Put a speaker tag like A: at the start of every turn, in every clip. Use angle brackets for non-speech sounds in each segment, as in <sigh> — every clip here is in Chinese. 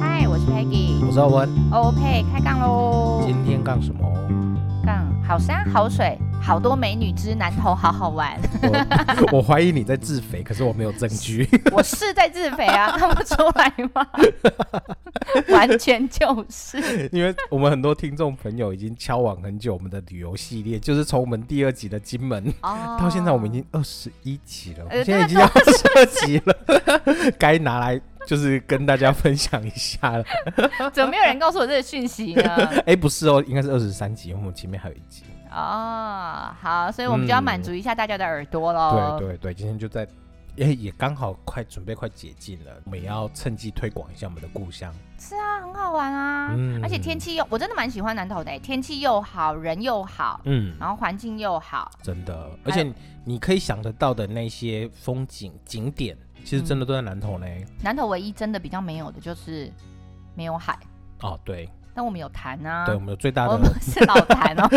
A: 嗨，我是 Peggy，
B: 我是阿文，
A: 欧佩开杠喽！
B: 今天干什么？哦
A: 杠好山好水，好多美女之南头，好好
B: <laughs>
A: 玩。
B: <laughs> 我我怀疑你在自肥，可是我没有证据。 <laughs>
A: 我是在自肥啊， <laughs> 看不出来吗？完全就是。
B: 因为我们很多听众朋友已经敲碗很久，我们的旅游系列就是从我们第二集的金门
A: 哦
B: 到现在，我们已经二十一集了，我
A: 呃
B: 们现在已经要二十二集了， <laughs> 该拿来就是跟大家分享一下了。 <laughs>
A: 怎么没有人告诉我这个讯息呢？
B: 哎，不是哦，应该是二十三集，因为我们前面还有一集。
A: 哦，好，所以我们就要满足一下大家的耳朵喽。
B: 对对对，今天就在。哎，也刚好快准备快解禁了，我们也要趁机推广一下我们的故乡。
A: 是啊，很好玩啊，
B: 嗯
A: 而且天气又，我真的蛮喜欢南投的欸、天气又好，人又好，
B: 嗯，
A: 然后环境又好。
B: 真的，
A: 嗯
B: 而且你你可以想得到的那些风景景点，其实真的都在南投呢。
A: 南投唯一真的比较没有的就是没有海，
B: 哦，对，
A: 但我们有潭啊
B: 对，我，们有最大
A: 我们
B: 的
A: 不是老潭哦，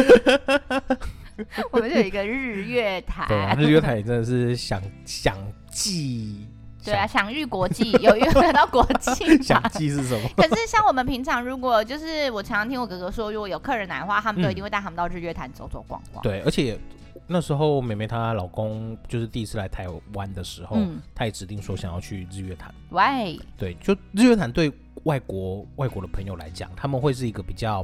B: <laughs>
A: 我们就有一个日月潭。
B: 对啊，日月潭也真的是想想记，
A: 对啊，享誉国际，有有没有到国际
B: <laughs> 想
A: 吧？
B: 记是什
A: <laughs>
B: 么？
A: 可是像我们平常，如果就是我常常听我哥哥说，如果有客人来的话，他们都一定会带他们到日月潭走走逛逛。
B: 嗯对，而且那时候美美她老公就是第一次来台湾的时候，
A: 嗯
B: 她也指定说想要去日月潭。
A: 喂，
B: 对，就日月潭对外国外国的朋友来讲，他们会是一个比较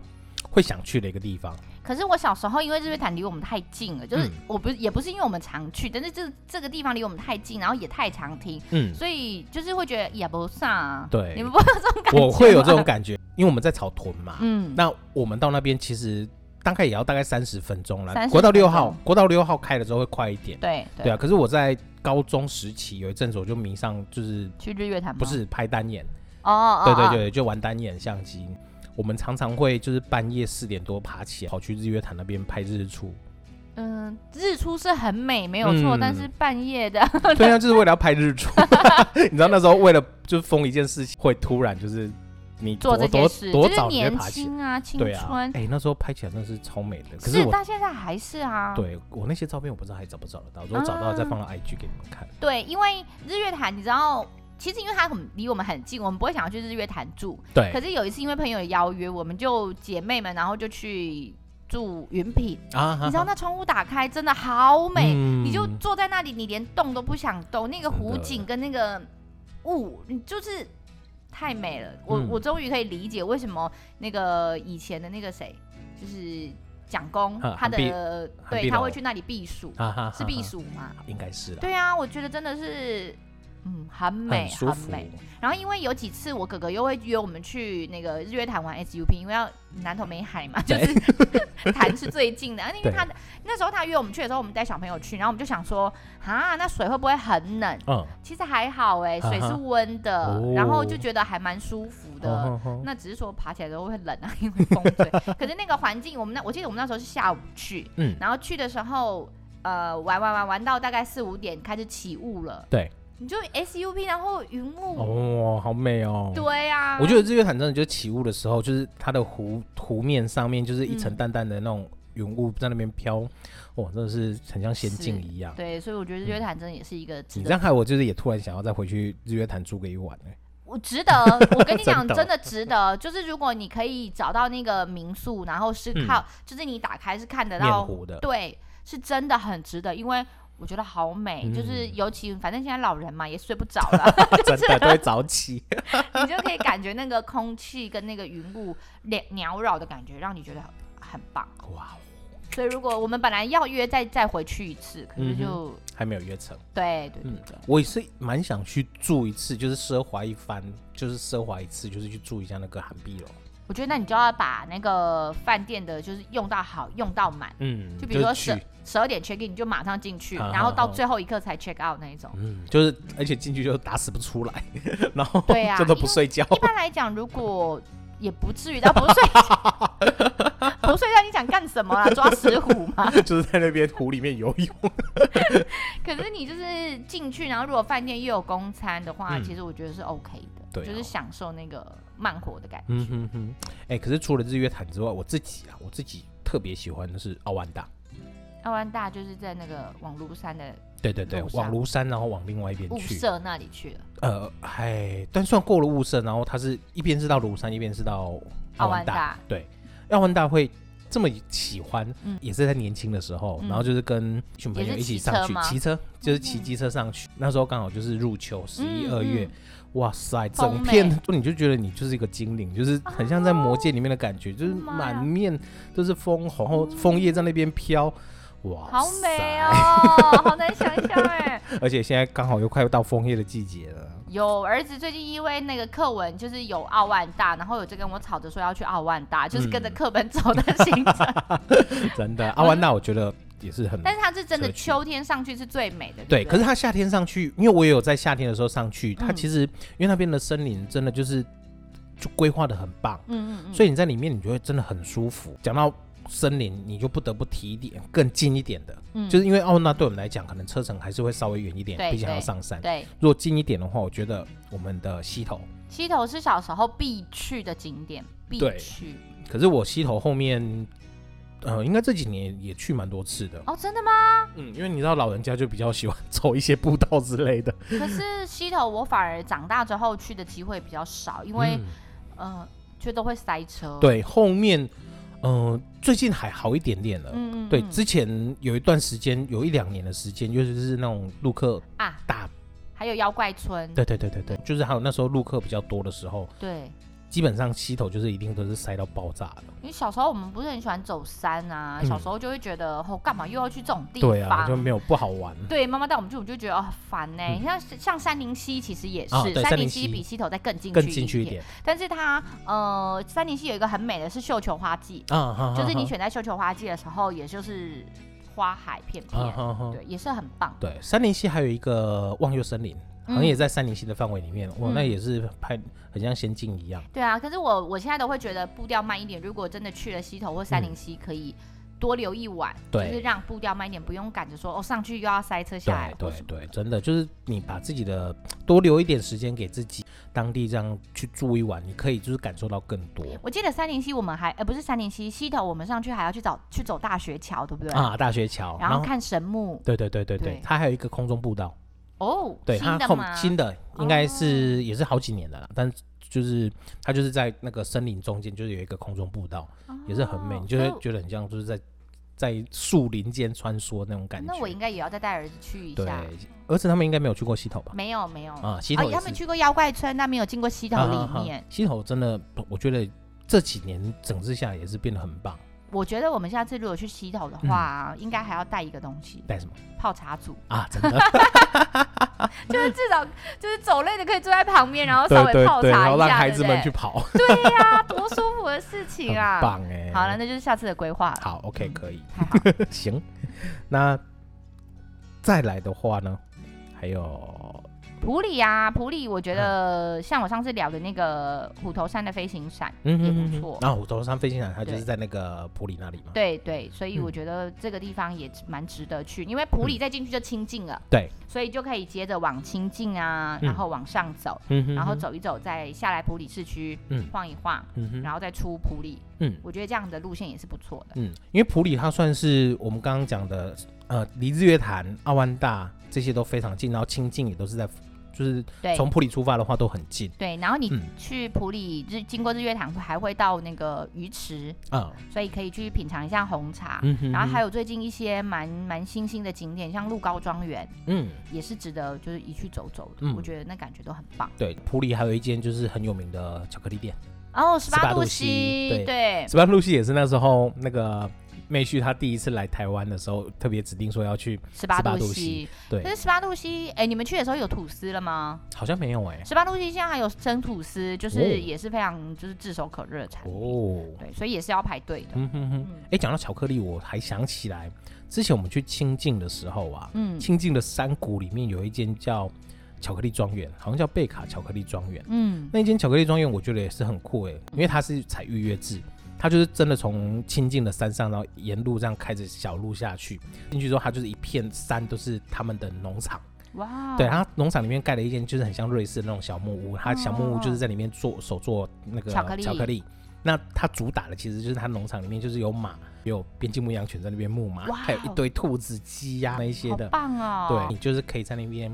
B: 会想去的一个地方。
A: 可是我小时候因为日月潭离我们太近了，就是
B: 嗯
A: 我不是也不是因为我们常去，但是这这个地方离我们太近，然后也太常听，
B: 嗯，
A: 所以就是会觉得也不上啊。
B: 对
A: 你们不会有这种感觉？
B: 我会有这种。感觉，因为我们在草屯嘛。
A: 嗯，
B: 那我们到那边其实大概也要大概三十分钟啦。
A: 30
B: 国道六
A: 分
B: 号，国道六号开的时候会快一点。
A: 对对
B: 对啊，可是我在高中时期有一阵子我就迷上，就是
A: 去日月潭吗？
B: 不是拍单眼，
A: 哦嗯哦，
B: 对对
A: 哦，
B: 对，就玩单眼相机。我们常常会就是半夜四点多爬起来，跑去日月潭那边拍
A: <laughs>
B: 日出。
A: 嗯，日出是很美，没有错，
B: 嗯
A: 但是半夜的，
B: 对啊，就是为了要拍
A: <laughs>
B: 日出。你知道那时候为了就是疯一件事情，会突然就是你
A: 做
B: 多
A: 这件
B: 多
A: 事，
B: 多
A: 就是
B: 早你会
A: 年
B: 爬起来，
A: 轻啊，青
B: 对啊
A: 春，。
B: 哎、那时候拍起来真的是超美的。可
A: 是，
B: 我
A: 但现在还是啊，
B: 对我那些照片，我不知道还找不找得到。如果找到，再放到 IG 给你们看。
A: 对，因为日月潭，你知道，其实因为它很离我们很近，我们不会想要去日月潭住。可
B: 对
A: 是有一次因为朋友的邀约，我们就姐妹们，然后就去住云品，
B: 啊，
A: 你知道
B: 那
A: 那窗户打开真的好美，
B: 嗯
A: 你就坐在那里，你连动都不想动，那个
B: 真的
A: 湖景跟那个雾，你就是太美了。我、
B: 嗯
A: 我终于可以理解为什么那个以前的那个谁，就是蒋公，
B: 啊
A: 他的
B: 韩碧啊
A: 对
B: 楼
A: 他会去那里避暑，
B: 哈哈
A: 是避，暑吗？
B: 哈哈应该是啦，
A: 对啊，我觉得真的是。嗯，很美，
B: 很舒
A: 很
B: 服。
A: 美。 <laughs> 然后因为有几次我哥哥又会约我们去那个日月潭玩 SUP，因为要南投没海嘛，就是 <laughs> 潭是最近的。啊因为
B: 对
A: 他那时候他约我们去的时候，我们带小朋友去，然后我们就想说，啊，那水会不会很冷？
B: 嗯，
A: 其实还好哎、
B: 啊哈
A: 水是温的，
B: 哦
A: 然后就觉得还蛮舒服 <laughs> 的。
B: 哦哦哦
A: 那只是说爬起来的时候会冷啊，因为风
B: <laughs>
A: 吹。可是那个环境，我们那我记得我们那时候是下午去，
B: 嗯
A: 然后去的时候，呃，玩玩玩玩到大概四五点开始起雾了，
B: 对，
A: 你就 SUP 然后云雾，
B: 哦，好美哦。
A: 对啊，
B: 我觉得日月潭真的就是起雾的时候，就是它的湖湖面上面就是一层
A: 嗯
B: 淡淡的那种云雾在那边飘，哇，真的是很像仙
A: 是
B: 境一样。
A: 对，所以我觉得日月潭真的也是一个值
B: 你
A: 得
B: 这样害我，就是也突然想要再回去日月潭住个一晚哎、
A: 我值得，我
B: <laughs>
A: 跟你讲，
B: 真的
A: 真的值得。就是如果你可以找到那个民宿，然后是靠，就是你打开是看得
B: 嗯面
A: 到，
B: 湖
A: <laughs>
B: 的，
A: 对，是真的很值得，因为我觉得好美。
B: 嗯
A: 就是尤其反正现在老人嘛，也睡不着了， <laughs>
B: <laughs> 真的都会早起。
A: 你就可以感觉那个空气跟那个云雾缭缭绕的感觉，让你觉得很很棒。
B: 哇，哦
A: 所以如果我们本来要约再再回去一次，可是
B: 嗯哼
A: 就、
B: 还没有约成。
A: 对对对
B: 嗯
A: 对，
B: 我也是蛮想去住一次，就是奢华一番，就是奢华一次，就是去住一下那个韩碧楼。
A: 我觉得那你就要把那个饭店的，就是用到好，用到满。
B: 嗯，
A: 就比如说
B: 是
A: 十
B: 去，
A: 十二点 check in，你就马上进去，
B: 啊
A: 然后到
B: 啊啊。
A: 最后一刻才 check out 那一种
B: 嗯，就是而且进去就打死不出来， <laughs> 然后
A: 对
B: <laughs>
A: 啊
B: 就都
A: 因
B: 不
A: 为
B: 睡觉。
A: 一般来讲，如果也不至于到不睡觉，不睡觉你想干什么啊？抓石虎吗？
B: 就是在那边湖里面游泳，
A: 可是你就是进去，然后如果饭店又有公餐的话，
B: 嗯
A: 其实我觉得是 OK 的，
B: 对啊
A: 就是享受那个慢活的感觉。
B: 嗯哼哼，哎、可是除了日月潭之外，我自己啊，我自己特别喜欢的是奥万大。
A: 奥湾大就是在那个网路山的
B: 对对对
A: 路，上
B: 往庐山，然后往另外一边
A: 雾
B: 去。
A: 社那里去了，
B: 呃，哎，但算过了雾社，然后它是一边是到庐山，一边是到
A: 奥
B: 湾
A: 万大
B: 对，奥湾大会这么喜欢，
A: 嗯
B: 也是在年轻的时候，
A: 嗯
B: 然后就是跟一群朋友
A: 也是
B: 一起
A: 骑车
B: 上去
A: 吗
B: 骑车，就是骑机车上去。那时候刚好就是入秋，十一
A: 嗯
B: 二月，
A: 嗯欸
B: 哇塞，
A: 丰
B: 整片
A: 美
B: 就你就觉得你就是一个精灵，就是很像在魔界里面的感觉，就是
A: 啊妈呀嗯
B: 满面都是枫红，然后枫叶在那边飘。哇，
A: 好美！哦，好难想象哎。
B: <laughs> 而且现在刚好又快到枫叶的季节了，
A: 有儿子最近因为那个课文就是有奥万大，然后有在跟我吵着说要去奥万大，就是跟着
B: 嗯
A: 课本走的行程。
B: 真的。阿万那我觉得也是很
A: <laughs> 但是它是真的
B: 社区
A: 秋天上去是最美的，
B: 对，
A: 不
B: 可是它夏天上去，因为我也有在夏天的时候上去，它
A: 嗯
B: 其实、因为那边的森林真的就是就规划的很棒，
A: 嗯嗯嗯，
B: 所以你在里面你就会真的很舒服。讲到森林，你就不得不提一点更近一点的，
A: 嗯
B: 就是因为奥那对我们来讲，可能车程还是会稍微远一点，
A: 对
B: 毕竟还要
A: 对
B: 上山。
A: 对
B: 如果近一点的话，我觉得我们的溪头，
A: 溪头是小时候必去的景点，必
B: 对
A: 去
B: 可是我溪头后面。呃，应该这几年也去蛮多次的，
A: 哦，真的吗？
B: 嗯，因为你知道老人家就比较喜欢走一些步道之类的，
A: 可是溪头我反而长大之后去的机会比较少，因为
B: 嗯
A: 呃，就都会塞车。，
B: 对，后面，嗯、最近还好一点点了。
A: 嗯嗯，
B: 对，
A: 嗯
B: 之前有一段时间，有一两年的时间，尤其是那种陆客
A: 啊，
B: 大，
A: 还有妖怪村，
B: 对对对对对，就是还有那时候陆客比较多的时候，
A: 对
B: 基本上溪头就是一定都是塞到爆炸的。
A: 因为小时候我们不是很喜欢走山啊，
B: 嗯
A: 小时候就会觉得哦，干嘛又要去这种地方？
B: 对啊，就没有不好玩。
A: 对妈妈带我们去，我们就觉得哦很烦呢、
B: 嗯
A: 像像山林溪其实也是，
B: 啊对
A: 山
B: 山
A: 林
B: 林
A: 溪
B: 溪
A: 比溪头再更进
B: 更
A: 去
B: 进去一
A: 点。
B: 点
A: 但是它呃，山林溪有一个很美的是绣球花季，
B: 啊，哈
A: 就是你选在绣球花季的时候，也就是花海片片，
B: 啊哈哈，
A: 对，也是很棒。
B: 对，山林溪还有一个忘忧森林，好像
A: 嗯
B: 也在山林溪的范围里面，哇，那
A: 嗯
B: 也是拍很像仙境一样。
A: 对啊，可是我我现在都会觉得步调慢一点。如果真的去了溪头或三林溪，可以多留一晚，
B: 嗯对
A: 就是让步调慢一点，不用赶着说哦上去又要塞车下来。
B: 对
A: 或什
B: 对
A: 么
B: 对，真的就是你把自己的多留一点时间给自己，当地这样去住一晚，你可以就是感受到更多
A: 我记得三林溪我们还呃不是三林溪溪头，我们上去还要去找去走大学桥，对不对？
B: 啊。大学桥，
A: 然后看神木
B: 对对对对对
A: 对，
B: 它还有一个空中步道，
A: 哦，
B: 对它
A: 新的
B: 后
A: 吗？哦
B: 新
A: 的
B: 的应该是、也是好几年的了啦，但就是它就是在那个森林中间，就是有一个空中步道，也是很
A: 哦
B: 美，你就会觉得很像就是在在树林间穿梭那种感觉。
A: 那我应该也要再带儿子去一
B: 对
A: 下。，
B: 儿子他们应该没有去过溪头吧？
A: 没有没有
B: 啊，溪头
A: 哦
B: 也
A: 他
B: 是
A: 们去过妖怪村，但没有进过溪头里
B: 啊
A: 面
B: 啊。啊溪头真的，我觉得这几年整治下来也是变得很棒。
A: 我觉得我们下次如果去溪头的
B: 嗯
A: 话，应该还要带一个东西，
B: 带什么
A: 泡茶
B: <laughs>
A: 组。
B: 啊？真的，
A: 就是至少就是走累的可以坐在旁边，然后 <laughs> 稍微泡茶一下，
B: 然后让孩
A: 对不
B: 子们
A: 对
B: 去跑，
A: 对呀、 <laughs> 多舒服的事情
B: <laughs> 很
A: 啊！
B: 棒哎。
A: 好了，，那就是嗯下次的规划了。
B: 好，OK，可以，
A: 太好
B: <laughs>
A: 了，
B: 行。那再来的话呢，还有
A: 普里啊，普里，我觉得像我上次聊的那个虎头山的飞行伞，
B: 嗯
A: 也不
B: 嗯嗯嗯
A: 错
B: 然后虎头山飞行场，它就
A: 对
B: 是在那个普里那里嘛。
A: 对对，所以
B: 嗯
A: 我觉得这个地方也蛮值得去，因为普里再进去就清境了，
B: 对，
A: 所以就可以接着往清境啊，
B: 嗯
A: 然后往上走，
B: 嗯哼
A: 然后，走一走，再下来普里市区
B: 嗯
A: 晃一晃，
B: 嗯哼，
A: 然后再出普里，
B: 嗯
A: 我觉得这样的路线也是不错的。
B: 嗯，因为普里它算是我们刚刚讲的，呃，离日月潭、阿湾大这些都非常近，然后清境也都是在，就是
A: 对，
B: 从普里出发的话都很近。
A: 对，然后你
B: 嗯
A: 去普里日经过日月潭，还会到那个鱼池，
B: 啊，
A: 所以可以去品尝一下红茶。
B: 嗯哼
A: 然后还有最近一些蛮蛮新兴的景点，像鹿高庄园
B: 嗯，
A: 也是值得就是一去走走的，
B: 嗯
A: 我觉得那感觉都很棒。
B: 对，普里还有一间就是很有名的巧克力店，
A: 然哦后十八
B: 18
A: 度
B: 度
A: 西，
B: 西对
A: 对
B: 石斑露西也是那时候那个妹婿他第一次来台湾的时候，特别指定说要去，
A: 十八
B: 18
A: 度
B: 度
A: 西
B: 西。
A: 可
B: 对，
A: 是十八度西，哎，你们去的时候有吐司了吗？
B: 好像没有哎、
A: 十八度西现在还有生吐司，就是
B: 哦
A: 也是非常就是炙手可热的产品，
B: 哦，
A: 对，所以也是要排队的。
B: 嗯哼哼，哎、讲到巧克力，我还想起来之前我们去清境的时候啊，
A: 嗯
B: 清境的山谷里面有一间叫巧克力庄园，好像叫贝卡巧克力庄园。
A: 嗯，
B: 那间巧克力庄园我觉得也是很酷诶，因为它是采预约制，它就是真的从清近的山上，然后沿路这样开着小路下去，进去之后它就是一片山都是他们的农场，
A: 哇，
B: 对，它农场里面盖了一间就是很像瑞士的那种小木屋，它小木屋就是在里面做手做那个
A: 巧克力
B: 巧克力，那它主打的其实就是它农场里面就是有马，有边境牧羊犬在那边牧马，
A: 哇哦
B: 还有一堆兔子、鸡呀、那一些
A: 好
B: 的。
A: 棒哦！
B: 对，你就是可以在那边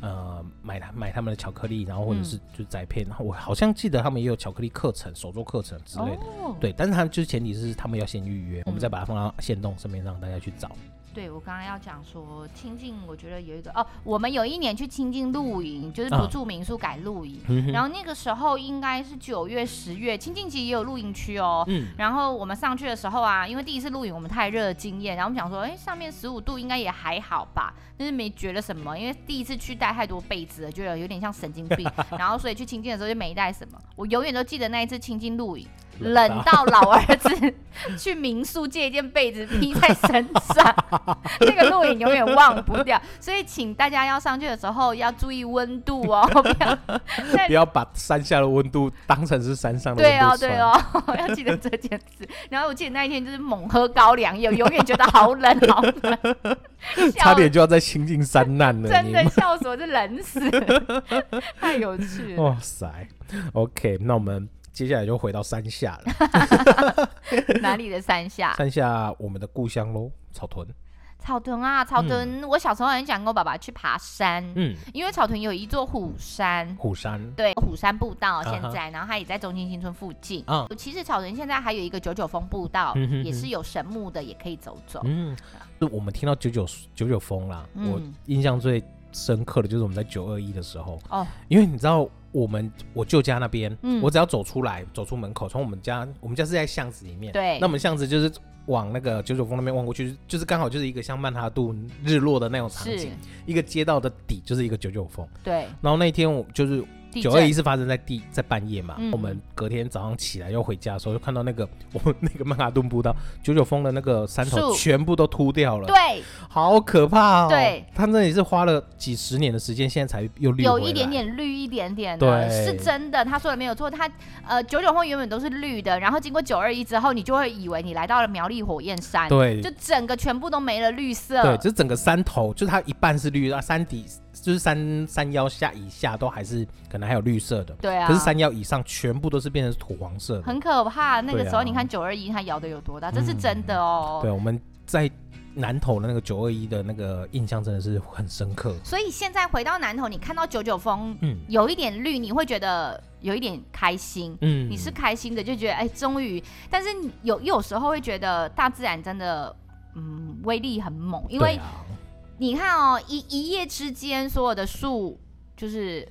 B: 呃买他买他们的巧克力，然后或者
A: 嗯
B: 是就宅配。然后我好像记得他们也有巧克力课程、手作课程之类的。
A: 哦，
B: 对，但是他们就是前提是他们要先预约，我们
A: 嗯
B: 再把它放到线动上面让大家去找。
A: 对我刚刚要讲说清境，我觉得有一个哦，我们有一年去清境露营，就是不
B: 啊
A: 住民宿改露营，
B: 嗯哼
A: 然后那个时候应该是九月、十月，清境其实也有露营区哦。
B: 嗯，
A: 然后我们上去的时候啊，因为第一次露营，我们太热的经验，然后我们想说，哎，上面十五度应该也还好吧，但是没觉得什么，因为第一次去带太多被子了，觉得有点像神经病，然后所以去清境的时候就没带什么。我永远都记得那一次清境露营，冷到老儿子去民宿借一件被子披在身上，那个录影永远忘不掉。所以请大家要上去的时候要注意温度哦，不要
B: 不要把山下的温度当成是山上的温
A: 哎对哦
B: 度
A: 对
B: 穿。
A: 哦， <laughs> 要记得这件
B: <laughs>
A: 事。然后我记得那一天就是猛喝高粱也永远觉得好冷好冷，
B: <laughs> 差
A: 笑
B: 点就要在清境山难了，
A: 真
B: 你
A: 的
B: 们
A: 笑死我，这冷
B: <laughs>
A: 死，太有趣了。
B: 哇塞，OK，那我们接下来就回到山下
A: <laughs>
B: 了。
A: 哪里的山下？
B: 山下我们的故乡喽，草屯。
A: 草屯啊，草屯！我小时候很想跟我爸爸去爬山，
B: 嗯，
A: 因为草屯有一座虎山，
B: 虎山。
A: 对，虎山步道现
B: 啊哈
A: 在然后它也在中心新村附近。
B: 啊
A: 其实草屯现在还有一个九九峰步道，
B: 嗯哼哼
A: 也是有神木的，也可以走走。
B: 嗯，就我们听到九九九九风啦，
A: 嗯
B: 我印象最深刻的就是我们在九二一的时候，
A: 哦，
B: 因为你知道我们我舅家那边，
A: 嗯
B: 我只要走出来，走出门口，从我们家，我们家是在巷子里面，
A: 对
B: 那我们巷子就是往那个九九峰那边望过去，就是刚好就是一个像曼哈顿日落的那种场
A: 是
B: 景，，一个街道的底就是一个九九峰，
A: 对，
B: 然后那一天我就是
A: 地
B: 九二一
A: 震，
B: 是发生在地在半夜嘛，
A: 嗯
B: 我们隔天早上起来要回家的时候，就看到那个我们那个曼哈顿步道九九峰的那个山头
A: 树
B: 全部都秃掉了，
A: 对，
B: 好可怕哦！
A: 对，
B: 他那也是花了几十年的时间，现在才又绿
A: 有
B: 回来
A: 一点，点绿，一点点的，
B: 对
A: 是真的。他说的没有错，他呃九九峰原本都是绿的，然后经过九二一之后，你就会以为你来到了苗栗火焰山，
B: 对
A: 就整个全部都没了绿
B: 对，
A: 色，
B: 就是整个山头，就是它一半是绿的，啊山底就是山山腰下以下都还是可能还有绿色的，
A: 对啊，
B: 可是山腰以上全部都是变成土黄色的。
A: 很可怕。那个
B: 对啊
A: 时候你看九二一它摇的有多大，这是
B: 嗯
A: 真的哦。
B: 对，我们在南投的那个九二一的那个印象真的是很深刻。
A: 所以现在回到南头，你看到九九峰
B: 嗯
A: 有一点绿，你会觉得有一点开心，
B: 嗯，
A: 你是开心的，就觉得哎，终于。但是你有有时候会觉得大自然真的，嗯，威力很猛，因
B: 对
A: 为
B: 啊
A: 你看哦，一一夜之间所有的树就是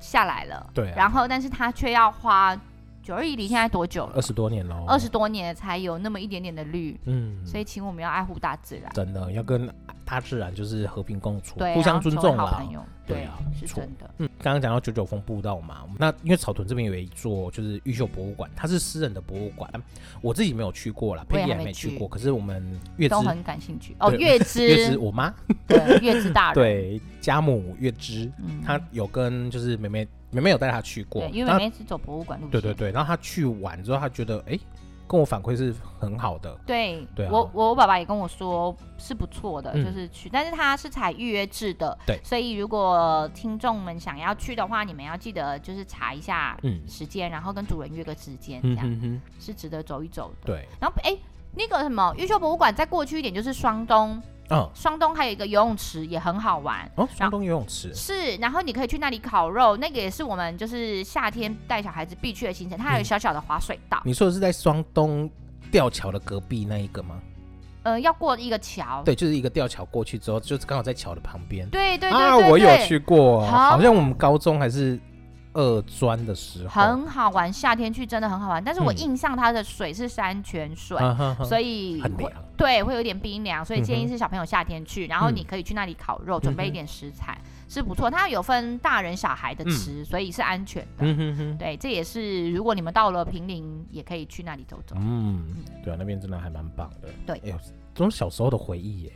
A: 下来了，
B: 对啊
A: 然后但是它却要花九二一离现在多久
B: 二
A: 了？
B: 十多年喽，
A: 二十多年才有那么一点点的绿，
B: 嗯，
A: 所以请我们要爱护大自然，
B: 真的要跟大自然就是和平共处，
A: 对啊，
B: 互相尊
A: 成为
B: 重
A: 好
B: 啦
A: 朋。友，
B: 对啊
A: 是
B: 没错
A: 真的，
B: 嗯，刚刚讲到九九峰步道嘛，那因为草屯这边有一座就是玉秀博物馆，它是私人的博物馆，啊我自己没有去过啦，
A: 我也
B: 佩蒂
A: 还没
B: 没去
A: 去
B: 过，可是我们月之
A: 都很感兴趣哦。
B: 对
A: 月
B: 月之
A: 之，
B: 我妈
A: 对，月之大人，，
B: 对家母月之，
A: 嗯
B: 她有跟就是妹妹妹妹有带她去过
A: 对，，因为
B: 那
A: 每次走博物馆路线，
B: 对对对，然后她去完之后，她觉得哎、诶跟我反馈是很好的，
A: 对，
B: 对啊
A: 我我爸爸也跟我说是不错的，
B: 嗯
A: 就是去，但是他是采预约制的，
B: 对
A: 所以如果听众们想要去的话，你们要记得就是查一下
B: 嗯
A: 时间，然后跟主人约个时间，这
B: 嗯
A: 样、
B: 哼哼，
A: 是值得走一走的。
B: 对，
A: 然后哎，那个什么玉秀博物馆再过去一点就是双东，
B: 嗯，
A: 双东还有一个游泳池也很好玩。
B: 哦，双东游泳池，
A: 是，然后你可以去那里烤肉，那个也是我们就是夏天带小孩子必去的行程。它还有
B: 嗯
A: 小小的滑水道，
B: 你说的是在双东吊桥的隔壁那一个吗？
A: 呃，要过一个桥。
B: 对，就是一个吊桥过去之后，就是刚好在桥的旁边。
A: 哦对对对
B: 啊，
A: 对
B: 我有
A: 对
B: 去过，
A: 好
B: 好像我们高中还是二专的时候。
A: 很好玩，夏天去真的很好玩。但是我
B: 嗯
A: 印象它的水是山泉水，
B: 啊哈哈
A: 所以
B: 很
A: 会
B: 凉。
A: 对会有点冰凉，所以建议
B: 嗯
A: 是小朋友夏天去，然后你可以去那里烤肉，准备一点食材是不错。它有分大人小孩的吃，所以是安全的。
B: 嗯哼哼，
A: 对，这也是如果你们到了平陵，也可以去那里走走。
B: 嗯，对啊，那边真的还蛮棒的。
A: 对
B: 哎呦，这种小时候的回忆耶。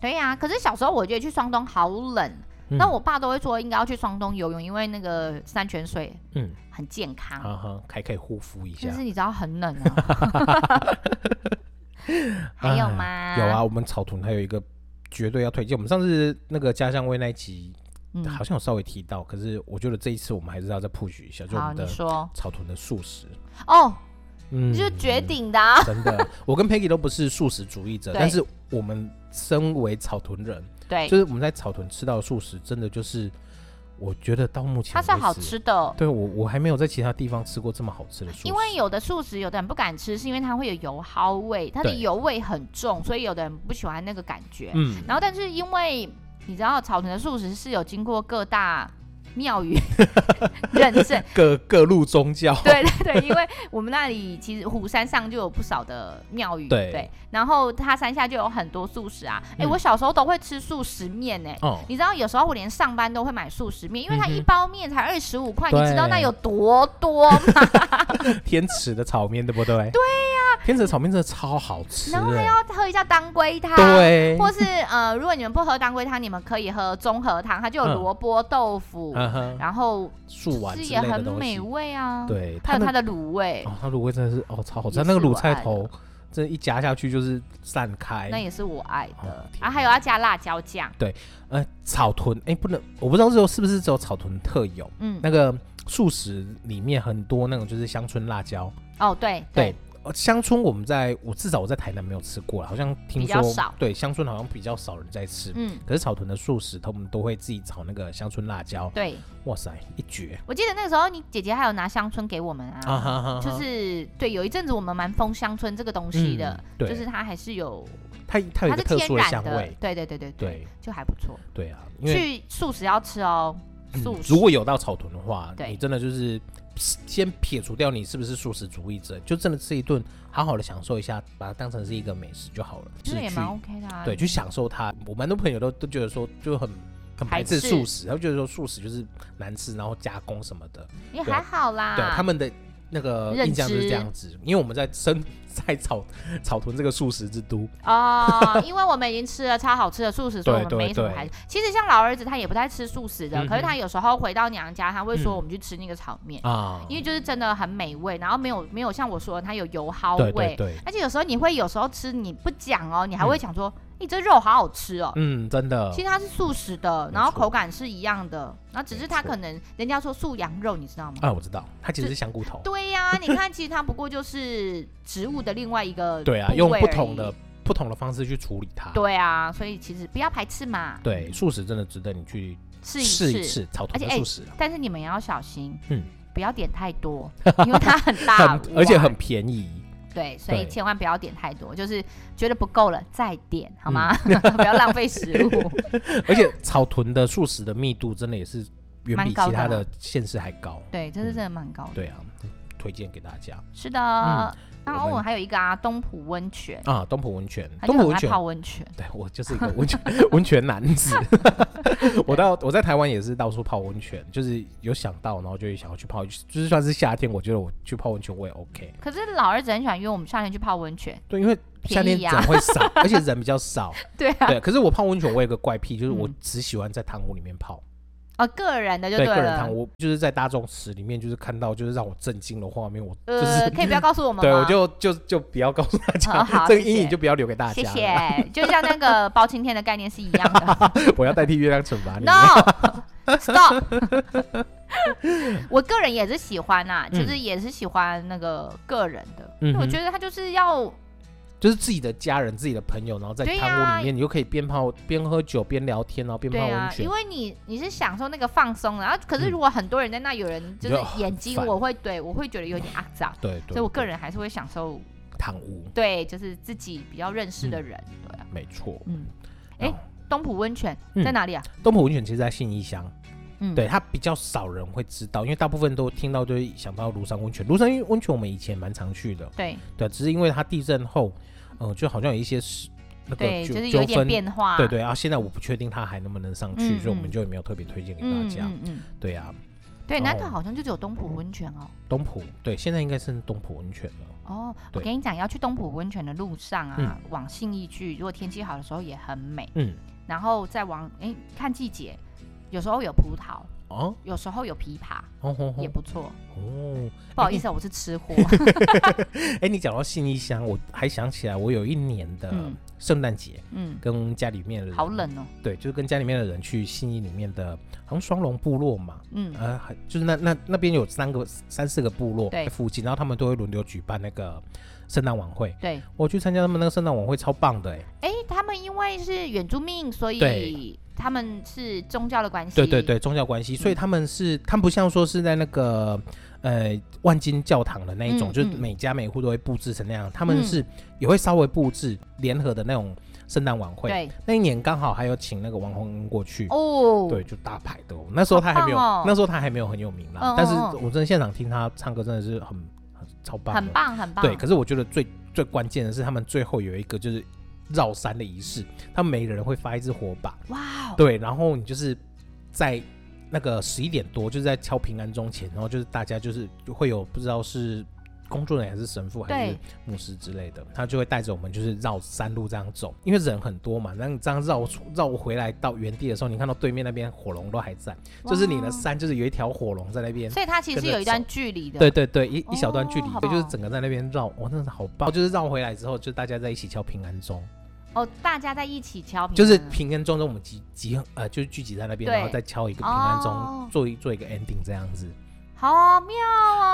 A: 对呀、可是小时候我觉得去双东好冷，
B: 嗯
A: 那我爸都会说应该要去双东游泳，因为那个山泉水
B: 嗯，
A: 很健康。
B: 哈哈，还可以护肤一下
A: 啊但。是你知道很冷啊。
B: <laughs>
A: 还有吗？
B: 有啊，，我们草屯还有一个绝对要推荐。我们上次那个家乡味那一集
A: 嗯，
B: 好像有稍微提到，可是我觉得这一次我们还是要再 push 一下，就我
A: 好，
B: 们
A: 你
B: 的
A: 说
B: 草屯的素食。
A: 哦。
B: 嗯，
A: 就是绝顶的、啊。
B: <laughs> 真的，我跟 Peggy 都不是素食主义者，
A: 对
B: 但是我们身为草屯人，
A: 对
B: 嗯就，是我们在草屯吃到的素食，真的就是我觉得到目前
A: 它是
B: 为
A: 好
B: 止，
A: 吃的，哦
B: 对我我还没有在其他地方吃过这么好吃的素食，
A: 因为有的素食有的人不敢吃，是因为它会有油蒿味，它的
B: 对
A: 油味很重，所以有的人不喜欢那个感觉。
B: 嗯，
A: 然后，但是因为你知道，草屯的素食是有经过各大庙宇 <laughs> 认证，
B: 各各路宗教， <laughs>
A: 对对对，因为我们那里其实虎山上就有不少的庙宇，
B: 对
A: 然后它山下就有很多素食啊。哎、
B: 嗯
A: 我小时候都会吃素食面呢、
B: 哦，
A: 你知道有时候我连上班都会买素食面，因为它
B: 嗯哼
A: 一包面才二十五块，你
B: 对
A: 知道那有多
B: <laughs>
A: 多吗？
B: <laughs> 天池的炒面对不对？对呀、天池的炒面真的超好吃、
A: 然后还
B: 欸，
A: 要喝一下当归汤，
B: 对，
A: 或是呃，如果你们不喝当归汤，你们可以喝综合汤，它就有
B: 嗯
A: 萝卜、豆腐，
B: 嗯哼，
A: 然后
B: 素丸
A: 是
B: 之
A: 也
B: 类的
A: 很
B: 东
A: 美
B: 西，
A: 味啊。，
B: 对，
A: 还有
B: 的
A: 它的卤味，
B: 哦，它卤味真的是哦超好吃，
A: 也
B: 它那个
A: 是
B: 卤
A: 我
B: 菜
A: 爱的嗯
B: 头，这一夹下去就是散开，
A: 那也是我爱的
B: 哎哦。天
A: 啊，还
B: 哪
A: 有要加辣椒酱，
B: 呃，草屯哎、不能，我不知道这是不是只有草屯特有。
A: 嗯，
B: 那个素食里面很多那种就是乡村辣椒，
A: 哦，对
B: 对，，呃乡村我们在我至少我在台南没有吃过啦，好像听
A: 比
B: 说
A: 较少
B: 对乡村好像比较少人在吃。
A: 嗯，
B: 可是草屯的素食，他们都会自己炒那个乡村辣椒，
A: 对，
B: 哇塞，一绝
A: 我记得那个时候你姐姐还有拿乡村给我们
B: 啊
A: 啊，
B: 哈哈哈！
A: 就是对，有一阵子我们蛮疯乡村这个东西的
B: 嗯，对
A: 就是它还是有，
B: 它它
A: 它
B: 有一个
A: 是
B: 特
A: 天
B: 殊的
A: 然
B: 香
A: 的
B: 味，，
A: 对对对对对，
B: 对
A: 就还不错。
B: 对啊，因为、
A: 去素食要吃哦，
B: 嗯
A: 素食
B: 如果有到草屯的话，
A: 对
B: 你真的就是先撇除掉你是不是素食主义者，就真的吃一顿，好好的享受一下，把它当成是一个美食就好了，
A: 其
B: 就
A: 实
B: 是
A: 也
B: 去
A: 蛮 OK 的啊。
B: 对，去享受它。我蛮多朋友都都觉得说，就很很
A: 排
B: 排斥
A: 斥
B: 素食，他们觉得说素食就是难吃，然后加工什么的。
A: 也还好啦。
B: 对，啊他们的那个
A: 啊认
B: 印象就是
A: 知
B: 这样子。因为我们在生 <laughs> 在草草屯这个素食之都，
A: 哦，因为我们已经吃了超好吃的素食，所以我们
B: 对对
A: 没什么
B: 对
A: 孩子。其实像老儿子他也不太吃素食的，
B: 嗯哼
A: 可是他有时候回到娘家，他会说
B: 嗯
A: 我们去吃那个炒面，
B: 啊，
A: 因为就是真的很美味，然后没有没有像我说的它有油蒿
B: 对
A: 味
B: 对，对，
A: 而且有时候你会有时候吃你不讲哦，你还会想说，你这肉好好吃哦。
B: 嗯，真的
A: 其实它是素食的，
B: 没
A: 然后
B: 错
A: 口感是一样的，然后只是它
B: 没错
A: 可能人家说素羊肉，你知道吗？
B: 啊，我知道，它其实
A: 就是
B: 香菇头，
A: <laughs> 对呀、你看，其实它不过就是植物的另外一个
B: <laughs> 对啊，
A: 部
B: 用
A: 位
B: 不
A: 而
B: 同
A: 已
B: 的不同的方式去处理它。
A: 对啊，所以其实不要排斥嘛，
B: 对，素食真的值得你去
A: 试
B: 试
A: 一
B: 一
A: 试。
B: 试，草屯
A: 而且
B: 的
A: 哎
B: 素食啊，
A: 但是你们也要小心，
B: 嗯
A: 不要点太
B: <laughs>
A: 多，因为它很大碗，
B: 很而且很便宜。
A: 对，所以
B: 对
A: 千万不要点太多，就是觉得不够了再点好吗？
B: 嗯
A: <laughs> 不要浪费食
B: <laughs>
A: 物。<laughs>
B: 而且草屯的素食的密度真的也是远
A: 蛮
B: 比
A: 高
B: 其
A: 的
B: 他
A: 啦
B: 的县市还高。
A: 对，这是真的蛮高的。
B: 对啊，推荐给大家
A: 是的，然后
B: 嗯我们
A: 我还有一个啊，东浦温泉，
B: 啊，东浦温泉，
A: 它就
B: 东浦
A: 很
B: 温
A: 爱
B: 泉
A: 泡，温泉。
B: 对我就是一个温泉 <laughs> 温泉男子。 <laughs> 我到我在台湾也是到处泡温泉，就是有想到，然后就会想要去泡，就是算是夏天，我觉得我去泡温泉我也 OK。
A: 可是老儿子很喜欢约我们夏天去泡温泉，
B: 对，因为夏天
A: 便宜啊
B: 人会少，而且人比较少。
A: 对 <laughs> 啊，
B: <laughs> 对，可是我泡温泉我有个怪癖，就是我
A: 嗯
B: 只喜欢在汤屋里面泡。
A: 哦，个人的就
B: 对个人
A: 了
B: 汤，。我就是在大众池里面，就是看到就是让我震惊的画面，我就是、
A: 呃，可以不
B: <laughs>
A: 要告诉我们吗？
B: 对我就就就不要告诉大
A: 好
B: 家，
A: 好
B: 这个
A: 谢
B: 阴
A: 谢
B: 影就不要留给大
A: 谢
B: 家。
A: 谢，就像那个包青天的概念是一样的。
B: <laughs> 我要代替月亮惩罚你。
A: No，stop。我个人也是喜欢呐、啊，
B: 嗯
A: 其实也是喜欢那个个人的，
B: 嗯哼
A: 因为我觉得他就是要
B: 就是自己的家人、自己的朋友，然后在
A: 对
B: 汤
A: 呀
B: 屋里面，你就可以边泡边喝酒边聊天，然后边
A: 对
B: 泡
A: 啊
B: 温，泉
A: 因。为你你是享受那个放松的，然后可是
B: 嗯
A: 如果很多人在那，有人就是
B: 你就
A: 眼睛
B: 很烦
A: 我会对我会觉得有点肮脏，
B: 对对
A: 所以我个
B: 对
A: 人还是会享受
B: 汤屋
A: 对，就是自己比较认识的人，对啊，
B: 没错。
A: 嗯，哎
B: 哎，
A: 东浦温泉
B: 嗯
A: 在哪里啊？
B: 东浦温泉其实在信义乡，
A: 嗯，
B: 对，它比较少人会知道，因为大部分都听到就会想到庐山温泉。庐山温泉我们以前蛮常去的，
A: 对
B: 对，只是因为它地震后，嗯、就好像有一些是那个
A: 对，
B: 纠
A: 就是有
B: 纠
A: 一点
B: 纷。
A: 变化，
B: 对对啊，现在我不确定它还能不能上去，
A: 嗯
B: 所以我
A: 嗯
B: 们就也没有特别推荐给大
A: 嗯，
B: 家。
A: 嗯嗯，
B: 对啊，
A: 对，
B: 然
A: 南
B: 后
A: 岛好像就只有东浦温泉哦。
B: 东浦对，现在应该是东浦温泉了。
A: 哦，我
B: 对
A: 跟你讲，要去东浦温泉的路上啊，往信义去，如果天气好的时候也很美。
B: 嗯，
A: 然后再往哎看季节，有时候有葡萄，
B: 哦，
A: 有时候有枇杷，
B: 哦吼吼
A: 也不
B: <laughs>
A: 错。
B: 哦，
A: 不好意思啊，我
B: <laughs>
A: 是吃货。
B: 哎、你讲到信义乡，我还想起来，我有一年的
A: 嗯
B: 圣诞节
A: 嗯，
B: 跟家里面的人，
A: 好，冷哦，
B: 对，就是跟家里面的人去信义里面的，好像双龙部落嘛，
A: 嗯，
B: 呃，还就是那那那边有三个三四个部落
A: 对
B: 在附近，然后他们都会轮流举办那个圣诞晚会。
A: 对，
B: 我去参加他们那个圣诞晚会，超棒的哎、
A: 哎，他们因为是原住民，所以
B: 对
A: 他们是宗教的关系，
B: 对对，对，宗教关系，所以他们是，他们不像说是在那个呃万金教堂的那一种，
A: 嗯
B: 就是
A: 嗯
B: 每家每户都会布置成那样，他们
A: 嗯
B: 是也会稍微布置联合的那种圣诞晚会。
A: 对
B: 那一年刚好还有请那个王洪恩过去，
A: 哦，
B: 对，就大排的哦。那时候他还没有，
A: 好棒哦
B: 那时候他还没有很有名啦，
A: 嗯嗯
B: 但是
A: 嗯
B: 我真的现场听他唱歌真的是很很超棒的，
A: 很棒很棒，
B: 对，可是我觉得最最关键的是，他们最后有一个就是绕山的仪式，他们每个人会发一支火把，
A: 哇哦，
B: 对，然后你就是在那个十一点多，就是在敲平安钟前，然后就是大家就是会有不知道是工作人员还是神父还是
A: 对
B: 牧师之类的，他就会带着我们就是绕山路这样走，因为人很多嘛，然后你这样绕出绕回来到原地的时候，你看到对面那边火龙都还在，就是你的
A: 哇
B: 山就是有一条火龙在那边。
A: 所以它其实
B: 跟
A: 是
B: 着
A: 有一段距离的，
B: 对，对对，一一小段
A: 哦
B: 距离，
A: 好
B: 所以就是
A: 棒
B: 整个在那边绕，哇，真的是好棒！就是绕回来之后，就大家在一起敲平安钟，
A: 哦，大家在一起敲平安，
B: 就是平安钟中我们集集呃，就是聚集在那边，
A: 对
B: 然后再敲一个平安钟，
A: 哦
B: 做一做一个 ending 这样子。
A: 好妙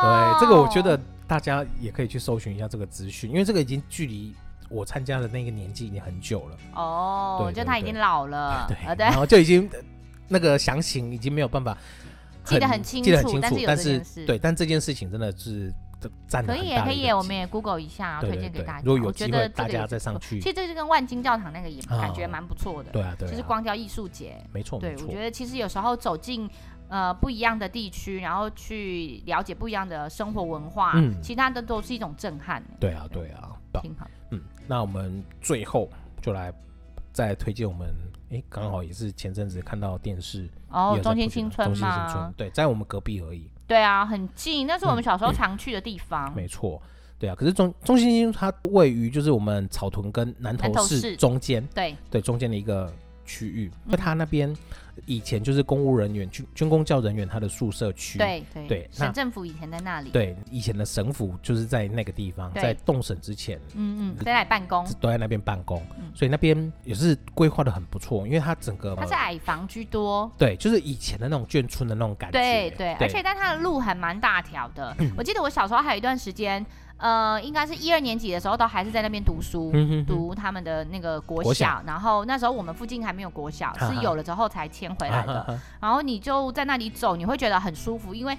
B: 对，
A: 哦，
B: 这个我觉得大家也可以去搜寻一下这个资讯，因为这个已经距离我参加的那个年纪已经很久了，
A: 哦，
B: 对
A: 就
B: 对
A: 他已经
B: 对
A: 老了，
B: 对， <laughs>
A: 呃对
B: 然。后就已经呃那个详情已经没有办法
A: <laughs> 记得很清
B: 记得很
A: 楚
B: 清
A: 但
B: 楚
A: 是，有
B: 但
A: 这
B: 是
A: 件事
B: 对，但这件事情真的是占
A: 可
B: 了
A: 以
B: 很
A: 耶，
B: 大
A: 可
B: 的
A: 以
B: 一
A: 耶，
B: 个
A: 我
B: 记
A: 们也 Google 一下，
B: 对
A: 推
B: 对
A: 荐给
B: 对
A: 大家。
B: 如果有
A: 我觉
B: 机
A: 得
B: 会，
A: 这
B: 大
A: 个
B: 家
A: 也
B: 再上
A: <laughs>
B: 去
A: 其，实这就跟万金教堂那个也
B: 嗯啊
A: 感觉蛮不错的，
B: 对啊，对啊，
A: 就是光雕艺术节。
B: 没错，
A: 对
B: 没，错
A: 我觉，得其实有时候走进呃不一样的地区，然后去了解不一样的生活文化，
B: 嗯
A: 其他的都是一种震撼，
B: 对啊，对啊，棒
A: 挺好。
B: 嗯，那我们最后就来再推荐我们，诶，刚好也是前阵子看到电视
A: 哦
B: 也，有在
A: 中心新
B: 布局的
A: 村
B: 中心新
A: 嘛
B: 村，，对，在我们隔壁而已，
A: 对啊，很近，那是我们小时候常去的地方。
B: 没错，对啊。可是中中心新村它位于就是我们草屯跟
A: 南
B: 南投
A: 投市
B: 市中间，
A: 对，
B: 对，中间的一个区域。
A: 嗯
B: 那、它那边以前就是公务人员、军军工教人员他的宿舍区，
A: 对对
B: 对那
A: 省政府以前在那里，
B: 对，以前的省府就是在那个地方，
A: 对
B: 在动省之前，
A: 嗯嗯，在那里办公，
B: 都在那边办公，
A: 嗯
B: 所以那边也是规划的很不错，因为它整个
A: 它是矮房居多，
B: 对，就是以前的那种眷村的那种感觉，
A: 对
B: 嗯
A: 对，而且但它的路还蛮大条的。我记得我小时候还有一段时间，呃，应该是一二年级的时候，都还是在那边读书。
B: 嗯哼哼
A: 读他们的那个国小，
B: 国小
A: 然后那时候我们附近还没有国小，
B: 哈哈
A: 是有了之后才迁回来
B: 啊
A: 的。
B: 哈哈
A: 然后你就在那里走，你会觉得很舒服，因为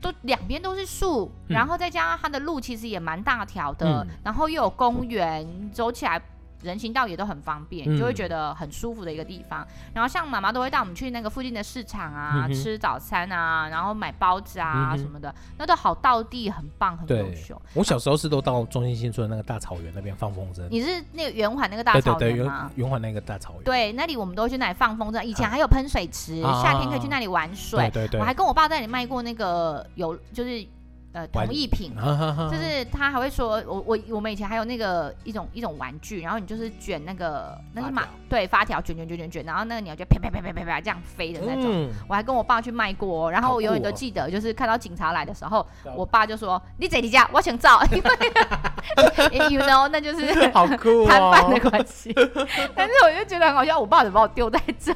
A: 都两边都是树，
B: 嗯
A: 然后再加上它的路其实也蛮大条的，
B: 嗯
A: 然后又有公园，走起来。人行道也都很方便，
B: 嗯
A: 你就会觉得很舒服的一个地方。然后像妈妈都会带我们去那个附近的市场啊，
B: 嗯哼
A: 吃早餐啊，然后买包子啊
B: 嗯哼
A: 什么的，那都好道地，很棒，很
B: 对
A: 优秀。
B: 我小时候是都到中心新村的那个大草原那边放风筝，
A: 你是那个圆环那个大
B: 对对
A: 草
B: 对，
A: 原
B: 圆
A: 吗？
B: 圆环那个大草原，
A: 对，那里我们都会去那里放风筝，以前
B: 啊
A: 还有喷水池，
B: 啊
A: 夏天可以去那里玩水。
B: 对对
A: 我还跟我爸在那里卖过那个有就是呃
B: 玩啊
A: 同意品，
B: 哈哈哈
A: 就是他还会说，我我我们以前还有那个一种一种玩具，然后你就是卷那个那是马
B: 发条
A: 对发条卷卷卷卷卷，然后那个鸟就啪啪啪啪啪啪这样飞的那种。
B: 嗯，
A: 我还跟我爸去卖过、哦，然后我永远都
B: 好酷哦
A: 记得，就是看到警察来的时候，
B: 对
A: 我爸就说：“你在你家，我想照，因 <laughs> 为 you know，那就是 <laughs>
B: 嗯 <laughs> 好酷
A: 摊贩的
B: 哦，
A: 关系。但是我就觉得很好笑，我爸怎么把我丢在这？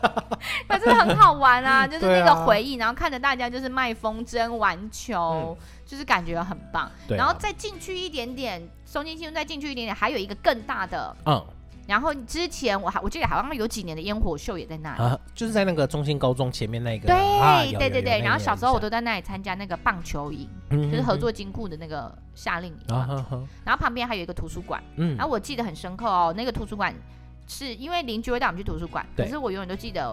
A: <laughs> 但是很好玩
B: <laughs>
A: 啊，就是那
B: 对
A: 个
B: 啊
A: 回忆，然后看着大家就是卖风筝、玩球，就是感觉很棒。
B: 嗯对啊
A: 然后再进去一点点，松金新村再进去一点点，还有一个更大的。
B: 嗯
A: 然后之前我还我记得好像有几年的烟火秀也在那里。
B: 啊，就是在那个中心高中前面那个，
A: 对、
B: 啊
A: 对对
B: 有有有那
A: 对，
B: 个
A: 然后
B: 有
A: 小时候我
B: 印
A: 都
B: 象
A: 在那里参加那个棒球营，
B: 嗯
A: 就是
B: 嗯
A: 合
B: 嗯
A: 作金库的那个夏令营嘛。
B: 啊哈哈，
A: 然后旁边还有一个图书馆，
B: 嗯
A: 然啊后我记得很深刻哦，那个图书馆是因为邻居会带我们去图书馆，可
B: 对
A: 是我永远都记得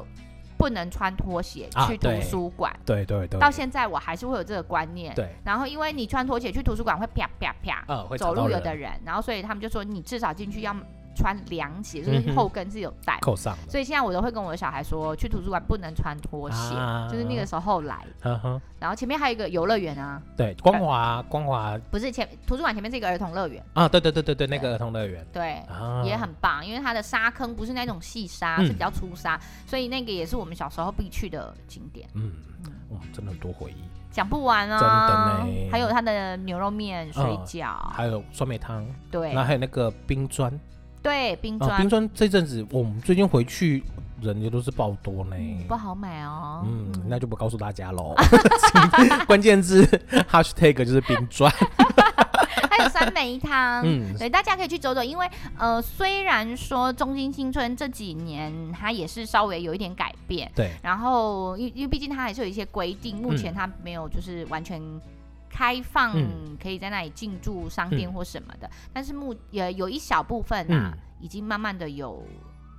A: 不能穿拖鞋
B: 啊
A: 去图
B: 对
A: 书馆，
B: 对对对，
A: 到现在我还是会有这个观念。
B: 对，
A: 然后因为你穿拖鞋去图书馆会啪啪啪，
B: 嗯，会
A: 走
B: 找到
A: 路有的
B: 人
A: 人，然后所以他们就说你至少进去要穿凉鞋，就是
B: 嗯哼
A: 后跟是有带。
B: 扣上了，
A: 所以现在我都会跟我的小孩说，去图书馆不能穿拖鞋，
B: 啊
A: 就是那个时候来。
B: 哈啊哈，
A: 然后前面还有一个游乐园啊，
B: 对，光华光华
A: 不是前图书馆前面是一个儿童乐园，
B: 啊，对对对对对，那
A: 对
B: 个儿童乐园
A: 对，
B: 啊，
A: 也很棒，因为它的沙坑不是那种细沙，
B: 嗯
A: 是比较粗沙，所以那个也是我们小时候必去的景点，
B: 嗯，哇，真的很多回忆。
A: 讲不完啊。
B: 真的呢嗯
A: 还有它的牛肉面、水饺，
B: 还有酸梅汤，
A: 对
B: 然后还有那个冰砖，
A: 对，冰
B: 啊，
A: 砖、
B: 冰川这阵子我们最近回去人也都是爆多呢。
A: 嗯不好买哦。
B: 嗯，那就不告诉大家 <laughs> 喽。关键字 <laughs> hashtag 就是冰砖。
A: <laughs> 还有酸梅汤。
B: <laughs> 嗯，
A: 对，大家可以去走走，因为呃，虽然说中心新村这几年它也是稍微有一点改变，
B: 对，
A: 然后因因为毕竟它还是有一些规定，目前它没有就是完全开放
B: 嗯
A: 可以在那里进驻商店
B: 嗯
A: 或什么的，但是目呃有一小部分啊，
B: 嗯
A: 已经慢慢的有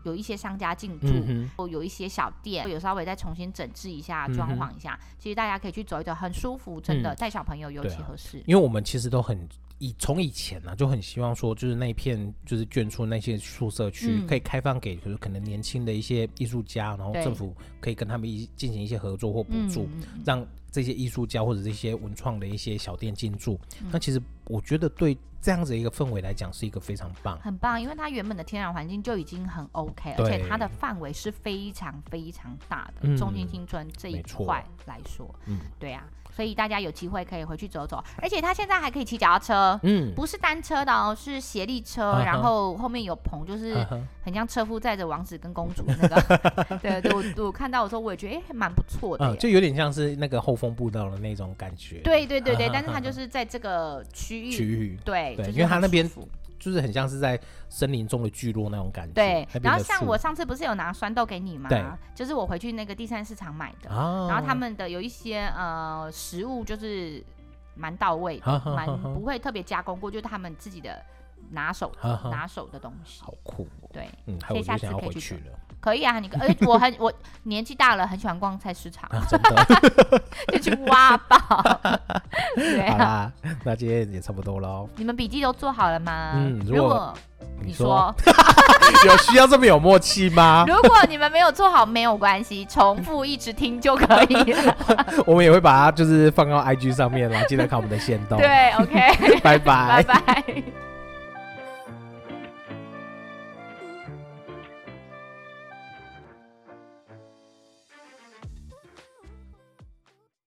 A: 有一些商家进驻。
B: 嗯哼，
A: 有一些小店有稍微再重新整治一下、装
B: 嗯哼
A: 潢一下，其实大家可以去走一走，很舒服，真的
B: 嗯
A: 带小朋友尤
B: 对
A: 其
B: 啊
A: 合适。
B: 因为我们其实都很以从以前呢、啊、就很希望说，就是那一片就是眷村那些宿舍区、
A: 嗯
B: 可以开放给就是可能年轻的一些艺术家，然后
A: 对
B: 政府可以跟他们一进行一些合作或补助，
A: 嗯嗯嗯
B: 让这些艺术家或者这些文创的一些小店进驻。
A: 嗯
B: 那其实我觉得对这样子一个氛围来讲是一个非常棒。
A: 很棒，因为它原本的天然环境就已经很 OK，而
B: 对
A: 且它的范围是非常非常大的。
B: 嗯
A: 中间新村这一
B: 没错
A: 块来说，
B: 嗯
A: 对啊，所以大家有机会可以回去走走，而且它现在还可以骑脚踏车。
B: 嗯，
A: 不是单车的哦，是斜立车，
B: 啊哈
A: 然后后面有棚，就是
B: 啊哈
A: 很像车夫载着王子跟公主那个。
B: <laughs>
A: 对对，我我看到我说我也觉得哎，还蛮不错的
B: 嗯，
A: 耶。
B: 就有点像是那个后风步道的那种感觉。
A: 对对对对，
B: 啊哈
A: 但是它
B: 啊哈
A: 就是在这个区域，
B: 区域。
A: 对，
B: 对
A: 就是
B: 因为它
A: 很
B: 那边
A: 舒服
B: 就是很像是在森林中的聚落那种感觉。
A: 对
B: 那，边
A: 然后
B: 的
A: 像
B: 树
A: 我上次不是有拿酸豆给你吗？
B: 对
A: 就是我回去那个第三市场买的，
B: 啊，
A: 然后他们的有一些呃食物就是蛮到位的，
B: <laughs> 哈哈
A: 蛮
B: 哈哈
A: 不会特别加工过，就是他们自己的拿手
B: 哈哈
A: 拿手的东西。
B: 好酷哦，
A: 对，
B: 嗯，还
A: 所
B: 有
A: 以
B: 我
A: 下
B: 就
A: 次
B: 想要
A: 可以
B: 回
A: 去
B: 去
A: 走
B: 了
A: 可以啊，你而且我很我年纪大了，很喜欢逛菜市
B: <laughs>
A: 场，
B: 啊，真的。
A: 就去挖宝。
B: <laughs>
A: 对
B: 好
A: 啊，
B: 啦，那今天也差不多喽。
A: 你们笔记都做好了吗？
B: 嗯如
A: 如
B: 果
A: 果你
B: 说 <laughs>
A: 说
B: <laughs> 有需要这么有默契吗？
A: 如果你们没有做好，没有关系，重复一直听就可以了。
B: <laughs> 我们也会把 <laughs> 它就是放到 IG 上面啦，记得看我们的线动。，
A: 对，OK，
B: 拜
A: 拜
B: 拜。
A: 拜。